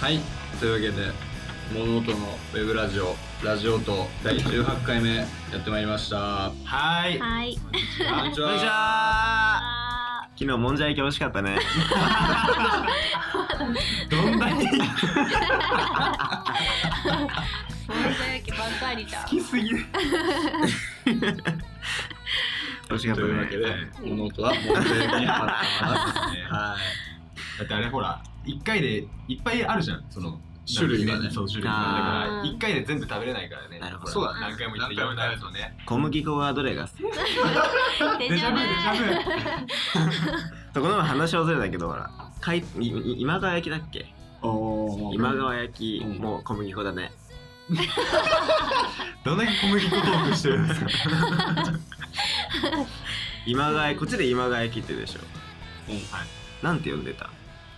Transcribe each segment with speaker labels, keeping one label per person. Speaker 1: はいというわけで物音のウェブラジオラジオと第18回目やってまいりました
Speaker 2: はーい。
Speaker 3: はい。
Speaker 1: こんにち
Speaker 2: こんにち
Speaker 1: は
Speaker 2: は。
Speaker 3: あ
Speaker 4: 昨日もんじゃ焼き美味しかった ね
Speaker 2: どんだけ好
Speaker 3: ーもんじゃ焼きばっかりだ。
Speaker 4: きすぎる美味しかっ
Speaker 1: と
Speaker 4: た
Speaker 1: いう
Speaker 4: ね
Speaker 1: わけで物音はもう全にあったますねはい
Speaker 2: だってあれほら、一回でいっぱいあるじゃん。その
Speaker 1: 種類がね
Speaker 2: そう種類が
Speaker 4: あ
Speaker 3: ー
Speaker 2: だから一回で全部食べれないからね。
Speaker 4: なるほど
Speaker 2: そうだね何回も行っていろいろ食べるとね。
Speaker 4: 小麦粉はどれが好き
Speaker 3: デジャブ。
Speaker 4: そこの話忘れたけどほらかいいい今川焼きだっけ
Speaker 1: おー
Speaker 4: 今川焼き
Speaker 1: うん
Speaker 4: も小麦粉だね
Speaker 2: どんだけ小麦粉トークしてるんですか。
Speaker 4: 今川焼きこっちで今川焼きって言うでしょ
Speaker 1: うん
Speaker 2: はい
Speaker 4: なんて呼んでた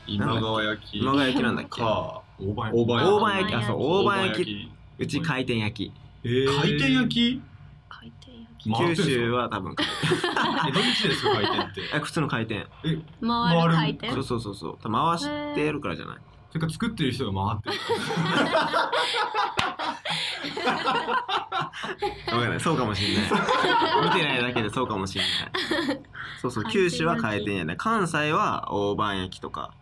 Speaker 1: 今川焼き
Speaker 4: 今川焼きなんだっけ
Speaker 1: か
Speaker 2: 大葉
Speaker 1: 大葉
Speaker 4: 大葉焼きあそう大
Speaker 1: 大
Speaker 4: 判
Speaker 1: 判
Speaker 4: 焼
Speaker 1: 焼
Speaker 4: き
Speaker 1: き
Speaker 4: うち回転焼き
Speaker 1: 回転焼き
Speaker 3: 回転焼き。
Speaker 2: 回
Speaker 4: 九
Speaker 2: ってんすか
Speaker 4: 州は多分回転
Speaker 2: えどっちですか回転 って。
Speaker 4: あ普通の回転
Speaker 3: 回る回転。
Speaker 4: そうそうそうそう回してるからじゃない
Speaker 2: それか作ってる人が回ってる。
Speaker 4: わかんないそうかも しんない見てないだけでそうかもしんないそうそう
Speaker 3: 回
Speaker 4: 九
Speaker 3: 転焼き
Speaker 4: 州は回転やね関西は大判焼きとか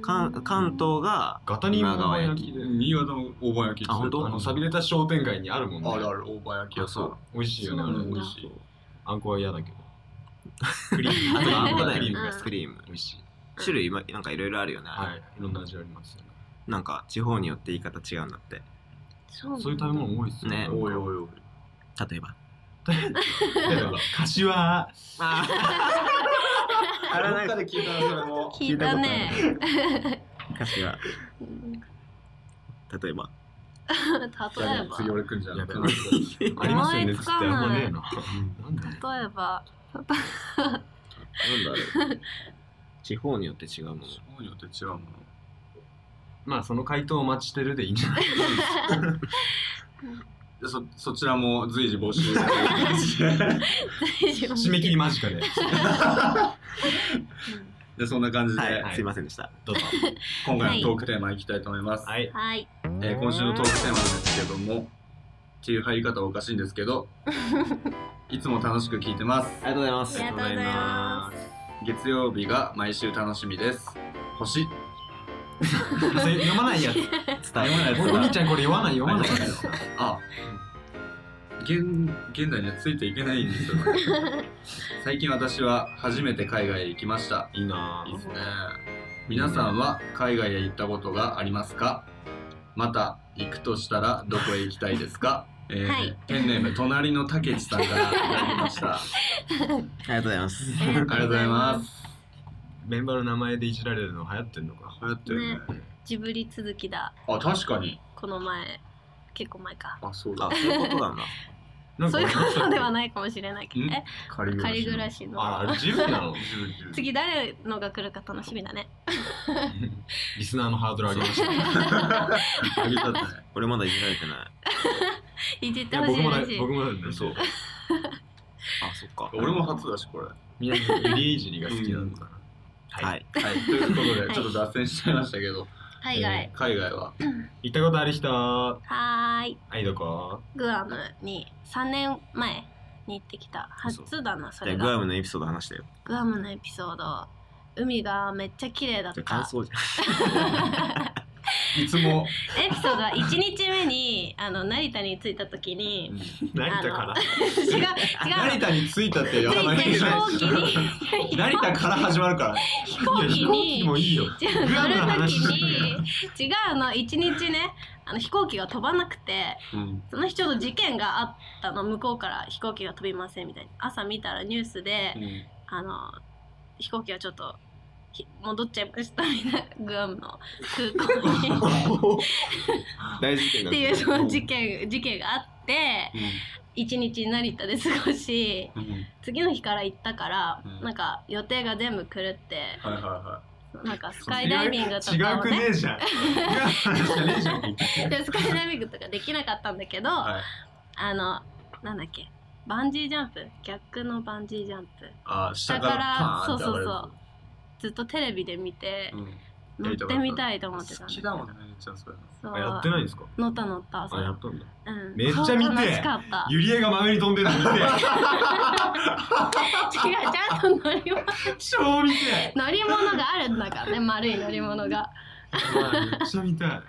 Speaker 4: かん関東が
Speaker 2: ガタニー大葉焼きで。
Speaker 1: 新潟の大判焼き
Speaker 4: あ本当
Speaker 2: あの錆びれた商店街にあるもんね。
Speaker 1: あるある大判焼き
Speaker 4: あ
Speaker 1: 屋さ
Speaker 4: そ
Speaker 1: ん
Speaker 4: う
Speaker 2: 美味しいよね。あ
Speaker 3: そう
Speaker 2: れ
Speaker 3: なんだ
Speaker 2: 美味しい。あんこは嫌だけど。クリーム。
Speaker 4: あとあんこだ
Speaker 2: ク
Speaker 4: よ
Speaker 2: リ
Speaker 4: ね
Speaker 2: ームが好き
Speaker 4: クリーム
Speaker 2: 美味しい。
Speaker 4: 種類今なんかいろいろあるよね、あれ
Speaker 2: はい。いろんな味ありますよね。
Speaker 4: なんか地方によって言い方違うんだって
Speaker 3: そう
Speaker 2: そういう食べ物多いっすよ
Speaker 4: ね
Speaker 1: おいおいおい
Speaker 4: 例えば
Speaker 2: 例えば、柏。
Speaker 4: あ ああれなんか
Speaker 1: で聞いたそれも
Speaker 3: 聞いたね。
Speaker 4: 昔は
Speaker 3: うん
Speaker 4: 例えば
Speaker 3: 例えば。
Speaker 1: 次俺来んじゃん
Speaker 2: やべえ
Speaker 1: うん
Speaker 2: ありますよね。
Speaker 3: 思いつかない
Speaker 2: あんまねえな。なんだろう
Speaker 3: 例えば。
Speaker 4: なんだろう地方によって違うもの
Speaker 1: そうによって違うもの
Speaker 2: まあ、その回答を待ちしてるでいいんじゃない
Speaker 1: でそそちらも随時募集
Speaker 2: 締め切り間近で。
Speaker 1: でそんな感じで、
Speaker 4: はい、
Speaker 2: はい
Speaker 4: すいませんでした
Speaker 2: どうぞ。
Speaker 1: 今回のトークテーマいきたいと思います、
Speaker 2: はい。
Speaker 3: はい。
Speaker 1: えー今週のトークテーマなんですけどもっていう入り方はおかしいんですけどいつも楽しく聞いてます
Speaker 4: ありがとうございます
Speaker 3: ありがとうございます
Speaker 1: 月曜日が毎週楽しみです星
Speaker 2: それ読まないやつ。
Speaker 4: 伝わらない
Speaker 2: おお兄ちゃんこれ読まない、読まない。
Speaker 1: あ現現代にはついていけないんですよ最近私は初めて海外へ行きました
Speaker 2: いいない
Speaker 1: い
Speaker 2: ぁ
Speaker 1: ですね皆さんは海外へ行ったことがありますかまた行くとしたらどこへ行きたいですか、えー
Speaker 3: はい
Speaker 1: ペンネーム隣のたけちさんからいただきましたあ
Speaker 4: ありがとうございます
Speaker 3: あり
Speaker 1: りがとうございます
Speaker 2: メンバーの名前でいじられるの流行ってんのか。
Speaker 1: 流行ってるね
Speaker 3: ジブリ続きだ。
Speaker 1: あ確かに
Speaker 3: この前。結構前か。
Speaker 1: あそう
Speaker 4: あそういうことなんだ
Speaker 2: なんか。
Speaker 3: そういうことではいないかもしれないけどね。
Speaker 1: 仮
Speaker 3: 仮暮ら
Speaker 1: し
Speaker 3: し
Speaker 2: あ、あ
Speaker 3: の。
Speaker 2: れ自由なの
Speaker 3: 次誰のが来るか楽しみだね。
Speaker 2: リスナーのハードル上げま した。
Speaker 1: あげたね
Speaker 4: 俺まだいじられてない
Speaker 3: いじっ
Speaker 2: い
Speaker 3: て
Speaker 2: や
Speaker 3: ほ
Speaker 2: 僕
Speaker 3: しい
Speaker 2: も
Speaker 3: ら
Speaker 2: だ
Speaker 3: しい。
Speaker 2: 僕もだねそう
Speaker 4: あそっか
Speaker 1: 俺も初だしこれ
Speaker 2: みんなユリエイジリが好きなのかな、
Speaker 4: はいい
Speaker 1: はい、ということで、
Speaker 3: はい
Speaker 1: ちょっと脱線しちゃいましたけど、
Speaker 3: 海外。
Speaker 1: えー海外は、
Speaker 2: 行ったことある人は
Speaker 3: はーい。
Speaker 2: いどこ
Speaker 3: グアムに3年前に行ってきた
Speaker 4: 嘘
Speaker 3: 初だなそ
Speaker 4: じゃ
Speaker 3: れ
Speaker 4: あグ
Speaker 3: がグ
Speaker 4: ア
Speaker 3: ア
Speaker 4: ムのエピソード話してよ
Speaker 3: ムのエピソード海がめっちゃ綺麗だっ
Speaker 4: じゃあ
Speaker 3: た
Speaker 4: 感想じ
Speaker 1: いつも、
Speaker 3: エピソードは1日目にあの成田に着いた時に
Speaker 2: 成田から
Speaker 3: 違う違う
Speaker 1: 成田に着いたって
Speaker 3: 着
Speaker 1: やばい
Speaker 3: いて
Speaker 1: で
Speaker 3: 飛
Speaker 1: しょ
Speaker 3: 行機に
Speaker 1: 成田から始まるから、
Speaker 3: 飛
Speaker 2: い
Speaker 3: 行
Speaker 2: や飛
Speaker 3: 機
Speaker 2: 行機も
Speaker 3: に
Speaker 2: いいよ
Speaker 3: 違う
Speaker 2: グアムの
Speaker 3: 乗る
Speaker 2: 話
Speaker 3: 時
Speaker 2: して
Speaker 3: に違うの1日ねあの飛行機が飛ばなくてその日ちょうど事件があったの向こうから飛行機が飛びませんみたいな朝見たらニュースで、
Speaker 1: うん
Speaker 3: あの飛行機はちょっとひ戻っちゃいましたみたいなグアムの空港に
Speaker 4: ゃん大事件
Speaker 3: っ
Speaker 4: だ
Speaker 3: ていうそ
Speaker 4: ね
Speaker 3: の事件事件があって一日成田で過ごし
Speaker 1: うんうん
Speaker 3: 次の日から行ったから、
Speaker 1: うん
Speaker 3: なんか予定が全部狂って
Speaker 1: はいはいは
Speaker 3: なんかスカイダイビングと
Speaker 2: 違
Speaker 3: か
Speaker 2: う
Speaker 3: を
Speaker 2: く
Speaker 3: ね
Speaker 2: ねえじゃん違うねえじゃん
Speaker 3: でスカイダイビングとかできなかったんだけど、
Speaker 1: い。はい、
Speaker 3: あのなんだっけバンジージャンプ逆のバンジージャンプ
Speaker 1: あー、下
Speaker 3: 下
Speaker 1: か
Speaker 3: からら
Speaker 1: パーンって
Speaker 3: そうそう
Speaker 1: 上
Speaker 3: そ
Speaker 1: が
Speaker 3: うずっとテレビで見て、
Speaker 1: る。うんや
Speaker 3: 乗っ
Speaker 1: りたかった
Speaker 3: てみたいと思ってた
Speaker 1: 好
Speaker 3: んだけ
Speaker 1: き
Speaker 3: ど
Speaker 1: だもんね、ちゃんそれ。
Speaker 3: そう
Speaker 2: あやってないんですか
Speaker 3: 乗った乗ったそ
Speaker 2: あやっ
Speaker 3: う
Speaker 2: たんだ
Speaker 3: うん
Speaker 2: めっちゃ見て
Speaker 3: 顔楽しかった
Speaker 2: ゆりえが豆に飛んでるの見て
Speaker 3: 違うちゃんと乗り物
Speaker 2: 超見て
Speaker 3: 乗り物があるんだからね丸い乗り物が
Speaker 2: めっちゃ見たい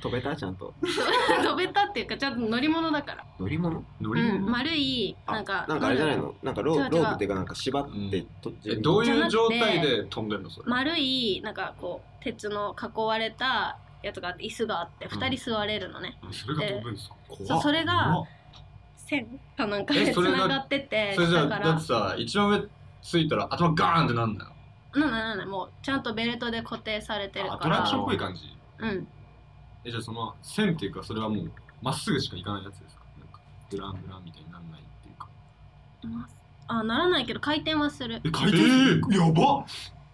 Speaker 4: 飛べたちゃんと
Speaker 3: 飛べたっていうかちゃんと乗り物だから、
Speaker 4: 乗り物
Speaker 2: 乗
Speaker 3: う
Speaker 2: り
Speaker 3: ん、
Speaker 2: 物
Speaker 3: 丸い
Speaker 4: あ
Speaker 3: なんか
Speaker 4: なんかあれじゃないのなんかロ
Speaker 3: 違う違
Speaker 4: ー
Speaker 3: う
Speaker 4: ロープっていうかなんか縛ってと
Speaker 1: え、どう
Speaker 4: う
Speaker 1: いう状態で飛んでんのそれ。
Speaker 3: 丸いなんかこう鉄の囲われたやつがあって椅子があって
Speaker 1: うん
Speaker 3: 2人座れるのね、
Speaker 1: それが飛ぶんですか
Speaker 3: そうそれが
Speaker 2: うわ
Speaker 3: 線かなんかで
Speaker 1: え
Speaker 3: つ
Speaker 1: それが
Speaker 3: ながってて
Speaker 1: それじゃ
Speaker 3: だ
Speaker 1: あ、
Speaker 3: か
Speaker 1: だっ
Speaker 3: ら
Speaker 1: てさ、一番上ついたら頭ガーンってなんだよ。
Speaker 3: なんだなんだもうちゃんとベルトで固定されてる
Speaker 2: ア
Speaker 3: か
Speaker 2: トラクション
Speaker 3: ら
Speaker 2: っぽい感じ
Speaker 3: うん
Speaker 2: えじゃあその線っていうかそれはもうまっすぐしか行かないやつですかなんかグラングランみたいにならないっていうか
Speaker 3: あならないけど回転はする
Speaker 2: え
Speaker 1: 回
Speaker 2: 回
Speaker 1: 転
Speaker 2: 転、やばっ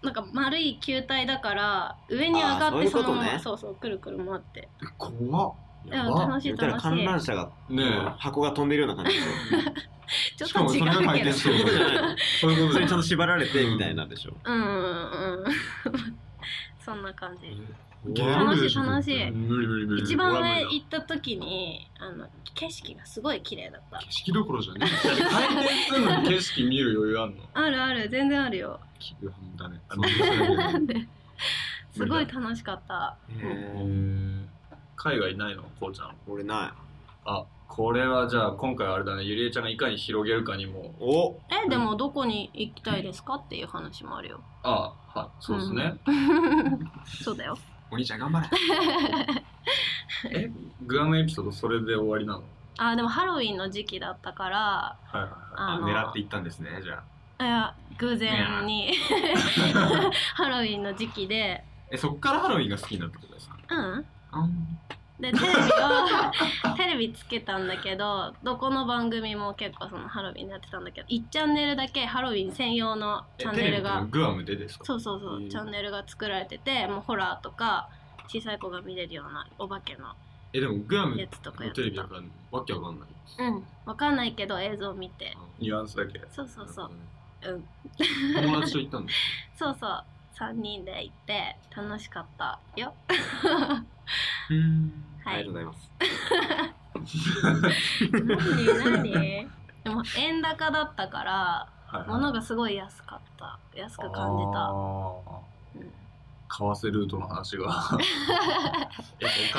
Speaker 3: なんか丸い球体だから上に上がって
Speaker 4: あー
Speaker 3: そ
Speaker 4: そういうこと
Speaker 3: のまま
Speaker 4: ね
Speaker 3: そうそうくるくる回って
Speaker 1: え、怖っ。
Speaker 3: で
Speaker 2: や
Speaker 3: も
Speaker 2: ばっ
Speaker 3: 楽しい
Speaker 4: 言ったら
Speaker 3: 楽し
Speaker 4: 観覧
Speaker 3: い
Speaker 4: 車が
Speaker 1: ねえ。
Speaker 4: 箱が飛んでるような感じでしょ
Speaker 3: ちょっ
Speaker 2: しかも
Speaker 3: と
Speaker 2: そ
Speaker 3: 違
Speaker 2: れが
Speaker 3: う
Speaker 2: 回
Speaker 3: けど
Speaker 2: 転する
Speaker 4: そういうことじゃ ない
Speaker 1: そういうこ
Speaker 4: そ
Speaker 1: と
Speaker 4: れ
Speaker 1: で
Speaker 4: ちゃんと縛られてみたいなんでしょ
Speaker 3: うんうん うんそんな感じ
Speaker 2: ゲーム
Speaker 3: 楽しい楽しい
Speaker 1: 無理無理無理。
Speaker 3: 一番
Speaker 1: 俺は無
Speaker 3: 上
Speaker 1: 理だ
Speaker 3: 行った時にあの景色がすごい綺麗だった
Speaker 2: 景色どころじゃねえ
Speaker 1: 回転するのに景色見る余裕あんの
Speaker 3: あるある全然あるよ
Speaker 2: 気分だね
Speaker 3: なん ですごい楽しかった
Speaker 1: 海外ないのこうちゃん
Speaker 4: 俺な
Speaker 1: あこれはじゃあ今回はあれだねゆりえちゃんがいかに広げるかにも
Speaker 4: いお
Speaker 3: えでもどこに行きたいですかっていう話もあるよ
Speaker 1: あはいそうですね、
Speaker 3: そうだよ
Speaker 2: お兄ちゃん頑張れ
Speaker 1: えグアムエピソードそれで終わりなの
Speaker 3: あでもハロウィンの時期だったから
Speaker 1: はいはいは
Speaker 3: あの
Speaker 2: いったんですねじゃあ
Speaker 3: いや偶然に ハロウィンの時期で
Speaker 2: えそっからハロウィンが好きになったってことですか
Speaker 3: うん
Speaker 2: あ
Speaker 3: でテレビをテレビつけたんだけどどこの番組も結構そのハロウィンでやってたんだけど1チャンネルだけハロウィン専用のチャンネルが
Speaker 2: グアムでですか
Speaker 3: そうそうそう、
Speaker 1: うん
Speaker 3: チャンネルが作られててもうホラーとか小さい子が見れるようなお化けの
Speaker 2: えでもグアム
Speaker 3: やつとかや
Speaker 2: の
Speaker 3: っ
Speaker 2: テレ
Speaker 3: て
Speaker 2: ビだ
Speaker 3: た
Speaker 2: からわけわかんない
Speaker 3: うんわかんないけど映像を見て
Speaker 1: いニュアンスだけ
Speaker 3: そうそうそう
Speaker 2: う
Speaker 3: うん
Speaker 2: 友達と行った んです
Speaker 3: そうそう3人で行って楽しかったよ
Speaker 2: うん
Speaker 4: あ
Speaker 3: は
Speaker 4: りがと
Speaker 3: い
Speaker 4: ご
Speaker 3: う
Speaker 4: ざいます
Speaker 3: 何 何でも円高だったから
Speaker 1: はいはい
Speaker 3: 物がすごい安かった安く感じた、
Speaker 1: あ
Speaker 3: うん
Speaker 1: ー為替ルートの話 がやっぱ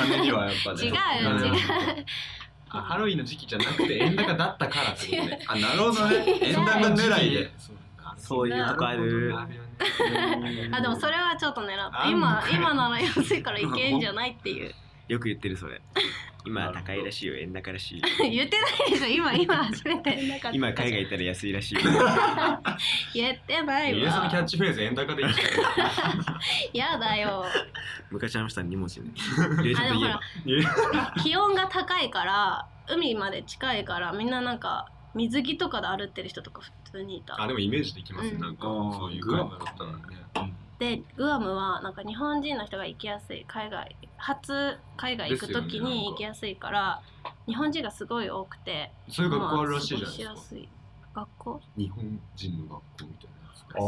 Speaker 1: お金にはやっぱね
Speaker 3: 違う
Speaker 1: お金は
Speaker 3: 違う
Speaker 2: あハロウィンの時期じゃなくて円高だったからって ことね。
Speaker 1: あなるほどね円高狙いで。
Speaker 4: そういうとこある
Speaker 3: あでもそれはちょっと狙った
Speaker 2: あ
Speaker 3: 今今なら安いからいけんじゃないっ ていう
Speaker 4: よく言ってるそれ今は高いらしいよ円高らしいよ
Speaker 3: 言ってないでしょ今今初めて円高って
Speaker 4: 今海外行ったら安いらしいよ
Speaker 3: 言ってない
Speaker 2: イエスのキャッ
Speaker 3: わ
Speaker 2: チフレーズ円高でいいじ
Speaker 3: やだよ
Speaker 4: 昔あの人は2文字ねゆりえちゃんといえば
Speaker 3: 気温が高いから海まで近いからみんななんか水着とかで歩ってる人とか普通にい
Speaker 2: ゃん。あ
Speaker 3: た
Speaker 2: でもイメージできます
Speaker 3: う
Speaker 2: ね。
Speaker 3: ん
Speaker 2: なんか
Speaker 1: あー
Speaker 2: そういう
Speaker 1: グ
Speaker 2: グ
Speaker 1: ア
Speaker 2: ア
Speaker 1: ム
Speaker 2: ム
Speaker 1: だ
Speaker 2: だ
Speaker 1: っ
Speaker 2: ったた
Speaker 1: ら
Speaker 2: ら
Speaker 1: ね
Speaker 2: ね。
Speaker 3: でグアムはなんか日本人の人が行きやすい海外初海外行く時
Speaker 2: ですよねなん
Speaker 3: に
Speaker 2: か
Speaker 3: 行きやすいから、日本人がすごい多くて
Speaker 2: そういう学校あるらしいじゃないで
Speaker 3: まあ過ご
Speaker 2: すか。
Speaker 3: しやすい学校
Speaker 2: 日本人の学校みたいなやつ
Speaker 1: あー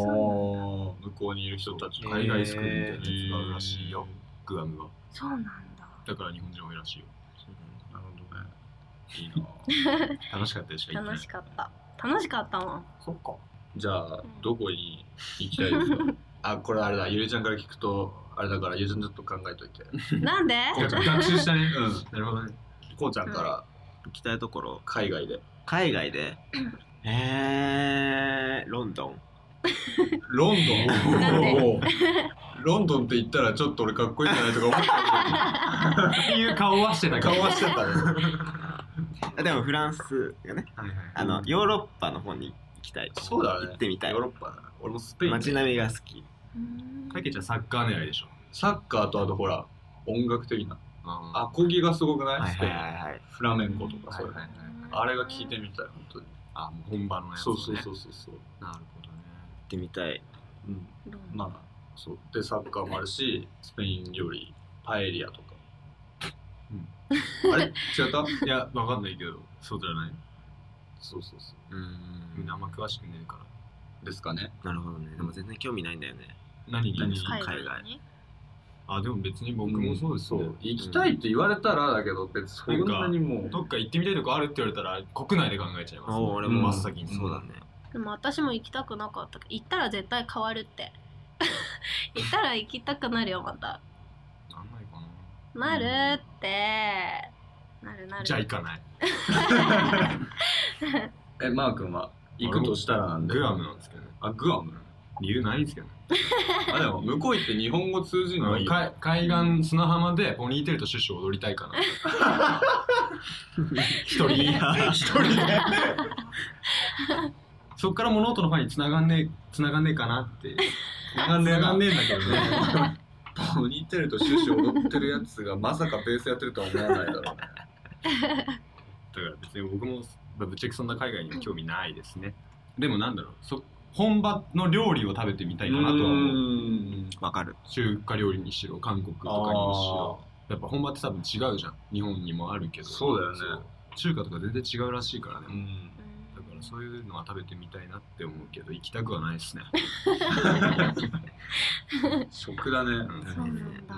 Speaker 1: 向こうにいる人たち
Speaker 2: 海外スクールみたいなやつがあるらしいよ
Speaker 1: へ。
Speaker 2: グアムは。
Speaker 3: そうなんだ
Speaker 2: だから日本人多いらしいよ。
Speaker 1: ーなるほどねいいな
Speaker 2: 楽しかったでしか言って
Speaker 3: 楽
Speaker 2: ない
Speaker 3: し。かった楽しかったもん
Speaker 1: そっか。じゃあ、どこに行きたいですか あ、これあれだ、ゆりちゃんから聞くと、あれだから、ゆりちゃんちょっと考えといて。
Speaker 3: なんで
Speaker 1: こうちゃん、
Speaker 2: 学習したね。
Speaker 1: う
Speaker 2: なるほどね。
Speaker 1: ん、こうちゃんから
Speaker 4: 行きたいところ
Speaker 1: 海外で。
Speaker 4: 海外でえー、ロンドン
Speaker 1: ロン
Speaker 3: なんで
Speaker 1: ドンロンドンって言ったら、ちょっと俺かっこいいんじゃないとか思った
Speaker 2: っていう顔はしてた
Speaker 1: け
Speaker 2: け
Speaker 1: ど
Speaker 2: ど
Speaker 1: 顔はしてた ね。
Speaker 4: あでもフランスがね
Speaker 2: はいはい
Speaker 4: あのヨーロッパの方に行きたい
Speaker 1: そうだね
Speaker 4: 行ってみたい
Speaker 1: ヨーロッパだな俺もスペイン
Speaker 4: 街
Speaker 1: で。
Speaker 4: 並みが好き
Speaker 2: たけちゃんサッカー狙いでしょ。
Speaker 1: サッカーと、あとほら、音楽的な。
Speaker 2: あ
Speaker 1: アコギがすごくない、
Speaker 4: はい
Speaker 1: スペイ
Speaker 4: はい
Speaker 1: ン。
Speaker 4: はいはい
Speaker 1: フラメンコとか、
Speaker 2: は
Speaker 1: そ
Speaker 2: いうはい
Speaker 1: いうの
Speaker 2: はい。
Speaker 1: あれが聞いてみたい、本当に。
Speaker 2: あ、もう本場のやつね。
Speaker 1: そうそうそうそうそう。
Speaker 2: なるほど
Speaker 4: 行
Speaker 2: ね。
Speaker 4: ってみたい
Speaker 1: うん。
Speaker 3: ロンドン
Speaker 1: まあ、そう。で、サッカーもあるし、スペイン料理、パエリアとか。うん、あれ違った
Speaker 2: いや、わかんないけど、そうじゃない。
Speaker 1: そうそうそう
Speaker 2: うん、
Speaker 4: ん
Speaker 2: あんま詳しくねえから。
Speaker 1: う。ですかね。
Speaker 4: なるほどねでも全然興味ないんだよね
Speaker 2: 何に
Speaker 1: 何
Speaker 2: 何
Speaker 1: に
Speaker 2: に
Speaker 3: 海
Speaker 4: 海
Speaker 3: 外
Speaker 4: 外
Speaker 3: に
Speaker 2: あでも別に僕もそうです
Speaker 1: そ
Speaker 2: ね、
Speaker 1: う行きたいって言われたらだけど別にそんなにも
Speaker 2: どっか行ってみたいとこあるって言われたら国内で考えちゃいます、
Speaker 4: おー俺
Speaker 2: うん
Speaker 4: も
Speaker 2: 真っ先に
Speaker 4: そうだね。
Speaker 3: でも私も行きたくなかったけど行ったら絶対変わるって 行ったら行きたくなるよまた
Speaker 2: なんないかな
Speaker 3: なるってなるなる
Speaker 2: じゃあ行かない
Speaker 1: えマー君は行くとしたらなんで
Speaker 2: グアムなんですけどね
Speaker 1: あグアム
Speaker 2: 理由ないんですけどね
Speaker 1: あでも向こう行って日本語通じるのいい
Speaker 2: か海岸砂浜でポニーテールとシュッシュ踊りたいかな 一人一人でそっから物音のファンに繋がんねえ繋がんねえかなって繋がんねえ繋がんねえんだけ どね
Speaker 1: ポニーテールとシュッシュ踊ってるやつがまさかベースやってるとは思わないだろうね
Speaker 2: だから別に僕もまあぶっちゃけそんな海外には興味ないですねでもなんだろうそ本場の料理を食べてみたいかなとは思う
Speaker 4: わかる。
Speaker 2: 中華料理にしろ韓国とかにもしろやっぱ本場って多分違うじゃん日本にもあるけど
Speaker 1: そうだよね
Speaker 2: そう中華とか全然違うらしいからね、
Speaker 1: うん
Speaker 2: だからそういうのは食べてみたいなって思うけど行きたくはないですね
Speaker 1: 食だね
Speaker 2: うん
Speaker 3: そうなんだ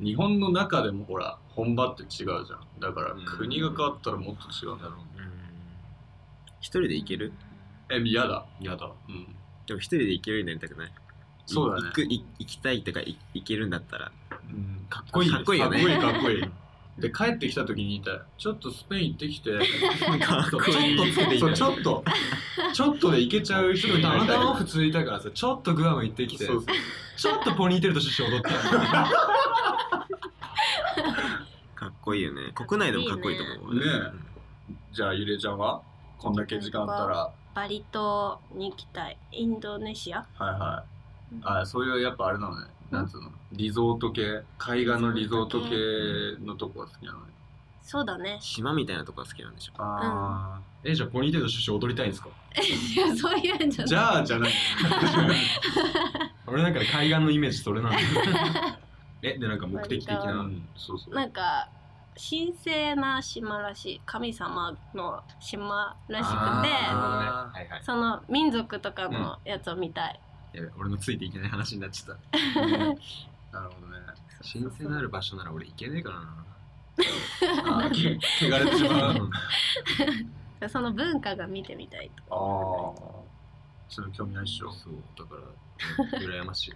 Speaker 1: 日本の中でもほら本場って違うじゃんだから
Speaker 2: うん
Speaker 1: 国が変わったらもっと違うんだろう
Speaker 4: 一人で行ける
Speaker 1: え嫌だ
Speaker 2: やだ
Speaker 1: うん
Speaker 4: でも一人で行けるようになりたくない
Speaker 1: そうだね
Speaker 4: 行く、い行きたいとかい行けるんだったら。
Speaker 2: かっこいいです
Speaker 4: かっこいいよ
Speaker 1: か
Speaker 4: ね
Speaker 1: っこいいかっこいいで帰ってきた時に言いたいちょっとスペイン行って きて
Speaker 4: かっこい
Speaker 1: そ
Speaker 4: い。
Speaker 1: うちょっとつけていいそうちょっとちょっとで行けちゃう人にな
Speaker 2: あ
Speaker 1: り
Speaker 2: な
Speaker 1: たい
Speaker 2: たも普通いたからさちょっとグアム行ってきて
Speaker 1: そうそう
Speaker 2: ちょっとポニーテールとシュッシュ踊って
Speaker 4: かっこいいよね。国内でもかっこいいと思う。
Speaker 1: ねじゃあゆれちゃんはこんだけ時間あったらは
Speaker 3: バリ島に行きたいインドネシア
Speaker 1: いはいあそういうやっぱあれなのねなんつうのリゾート系海岸のリゾート系のとこが好きなのね
Speaker 3: そうだね
Speaker 4: 島みたいなとこが好きなんでしょ。
Speaker 1: あ
Speaker 2: えじゃあポニーテールとシュッシュ踊りたいんですか
Speaker 3: いやそういうんじ
Speaker 1: あ
Speaker 3: ゃない
Speaker 1: じゃあじゃ ない
Speaker 2: 俺なんか海岸のイメージそれなん だえでなんか目的的
Speaker 1: う
Speaker 2: なん
Speaker 1: そうそう
Speaker 3: なんか神聖な島らしい神様の島らしく
Speaker 1: あー
Speaker 2: はいは
Speaker 3: てその民族とかのやつを見たい、
Speaker 2: いやべ俺のついていけない話になっちゃった
Speaker 1: なるほどね
Speaker 2: 神聖なる場所なら俺行けねえからな
Speaker 1: あーけ汚れてしまう
Speaker 3: その文化が見てみたい
Speaker 1: ああそれ興味ないっしょ
Speaker 2: そうだか ら羨ましい、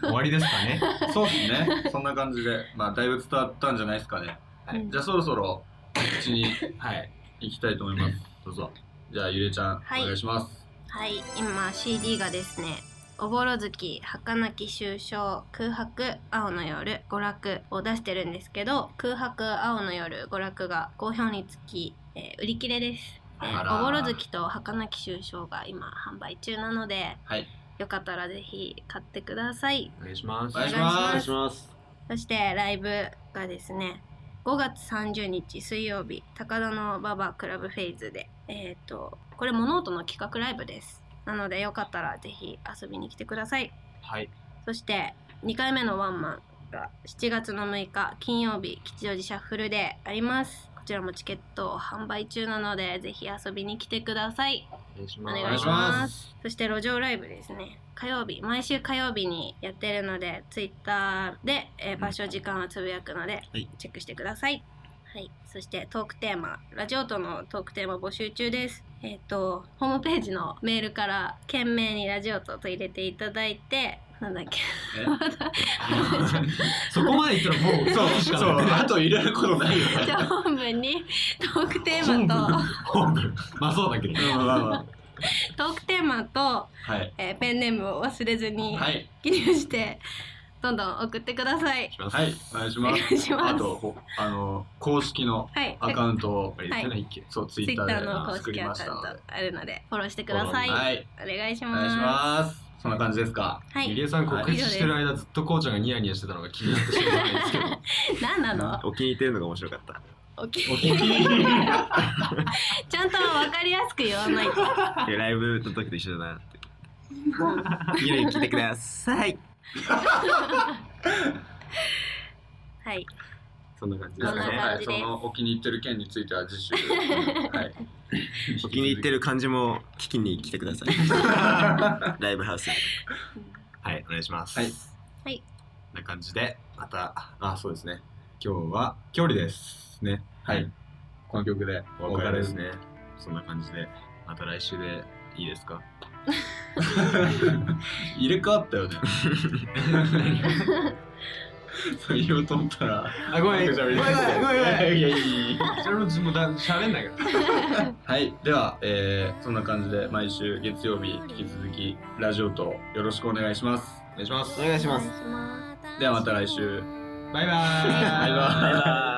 Speaker 2: 終わりですかね
Speaker 1: そうですね。そんな感じで、まあ、だいぶ伝わったんじゃないですかね。
Speaker 2: はい
Speaker 1: じゃあ、そろそろ、告知に
Speaker 2: はい
Speaker 1: 行きたいと思います。どうぞ。じゃあ、ゆれちゃん、
Speaker 3: はい
Speaker 1: お願いします。
Speaker 3: はい今 CD がですね「おぼろ月儚き終章空白青の夜娯楽」を出してるんですけど空白青の夜娯楽が好評につき、えー売り切れです、え
Speaker 1: あ
Speaker 3: ー、
Speaker 1: ら
Speaker 3: おぼろ月と儚き終章が今販売中なので
Speaker 1: はい。
Speaker 3: よかったらぜひ買ってください
Speaker 2: お願いします
Speaker 1: お願いし
Speaker 3: お願
Speaker 1: ま
Speaker 3: い
Speaker 1: す。
Speaker 3: し
Speaker 4: ます。
Speaker 3: そしてライブがですね5月30日水曜日高田の馬場クラブフェイズでえっ、とこれ物音の企画ライブですなのでよかったらぜひ遊びに来てください
Speaker 2: はい
Speaker 3: そして2回目のワンマンが7月の6日金曜日吉祥寺シャッフルでありますこちらもチケットを販売中なのでぜひ遊びに来てください
Speaker 2: お願いし
Speaker 3: お
Speaker 2: ます
Speaker 3: 願いしますそして路上ライブですね火曜日毎週火曜日にやってるのでツイッターで、えー場所時間はつぶやくので、
Speaker 4: い
Speaker 3: チェックしてくださいはいそしてトークテーマラジオとのトークテーマ募集中ですえっ、とホームページのメールから懸命にラジオとと入れていただいてなんだっけ
Speaker 1: え
Speaker 2: そこまで行ったらもうそうし
Speaker 1: そう、あと入れることないよね。
Speaker 3: じゃあ本文にトークテーマ
Speaker 2: 本部まあそうだけど
Speaker 1: うんまあま
Speaker 3: とトークテーマと、
Speaker 1: あはい。
Speaker 3: えーペンネームを忘れずに
Speaker 1: はい。
Speaker 3: 記入してどんどん送ってください
Speaker 1: はい。お願いし
Speaker 3: お
Speaker 1: ま
Speaker 3: 願
Speaker 1: す。
Speaker 3: いしま
Speaker 1: あ
Speaker 3: す
Speaker 1: と、ほあの、公式の
Speaker 3: はい
Speaker 1: アカウントを、
Speaker 2: 言ってないっけ
Speaker 1: そう、ツイ
Speaker 3: ツイ
Speaker 1: ッタ
Speaker 3: ッター
Speaker 1: ー
Speaker 3: の
Speaker 1: で
Speaker 3: 公
Speaker 1: 作
Speaker 3: 式
Speaker 1: り
Speaker 3: ア
Speaker 1: ま
Speaker 3: カ
Speaker 1: し
Speaker 3: ウ
Speaker 1: たの
Speaker 3: ン
Speaker 1: で。
Speaker 3: トあるのでフォローしてください。
Speaker 1: はい。
Speaker 3: お願いし
Speaker 1: お願いし
Speaker 3: ま
Speaker 1: ます。そんな感じですか。
Speaker 3: す。は
Speaker 2: 入
Speaker 3: い。
Speaker 2: 江さん告知してる間ずっとこうちゃんがニヤニヤしてたのが気になってしまうん ですけど
Speaker 3: 何なの？
Speaker 4: お気に入ってるのが面白かった。
Speaker 3: おき
Speaker 1: お聞き。
Speaker 3: ちゃんとわかりやすく言わないと。
Speaker 4: いやライブの時と一緒だなって。ゆるゆる聞いてください。
Speaker 3: はい。
Speaker 2: そんな感じで
Speaker 1: です
Speaker 2: す
Speaker 1: か
Speaker 2: か
Speaker 1: ね
Speaker 3: そん
Speaker 1: はい、そ
Speaker 2: ね
Speaker 3: な感じです
Speaker 1: のお気に入ってる件については次 週、はい、
Speaker 4: お気に入ってる感じも聞きに来てください。ライブハウス。
Speaker 2: はいお願いします
Speaker 1: はい
Speaker 3: はい
Speaker 2: な感じで
Speaker 1: また
Speaker 2: あそうですね今日は距離ですね
Speaker 1: はいこの曲で
Speaker 2: お別れですねそんな感じでまた来週でいいですか
Speaker 1: 入れ替わったよ ねそう言おうと思った ら
Speaker 2: あごめんごめんごめんごめんいやいやいやそれももうだ喋んないから
Speaker 1: はいでは、えーそんな感じで毎週月曜日引き続きラジオとよろしくお願いします
Speaker 2: お願いします
Speaker 4: お願いします
Speaker 3: お願いします
Speaker 1: ではまた来週
Speaker 2: バイバーイ
Speaker 1: バイバイ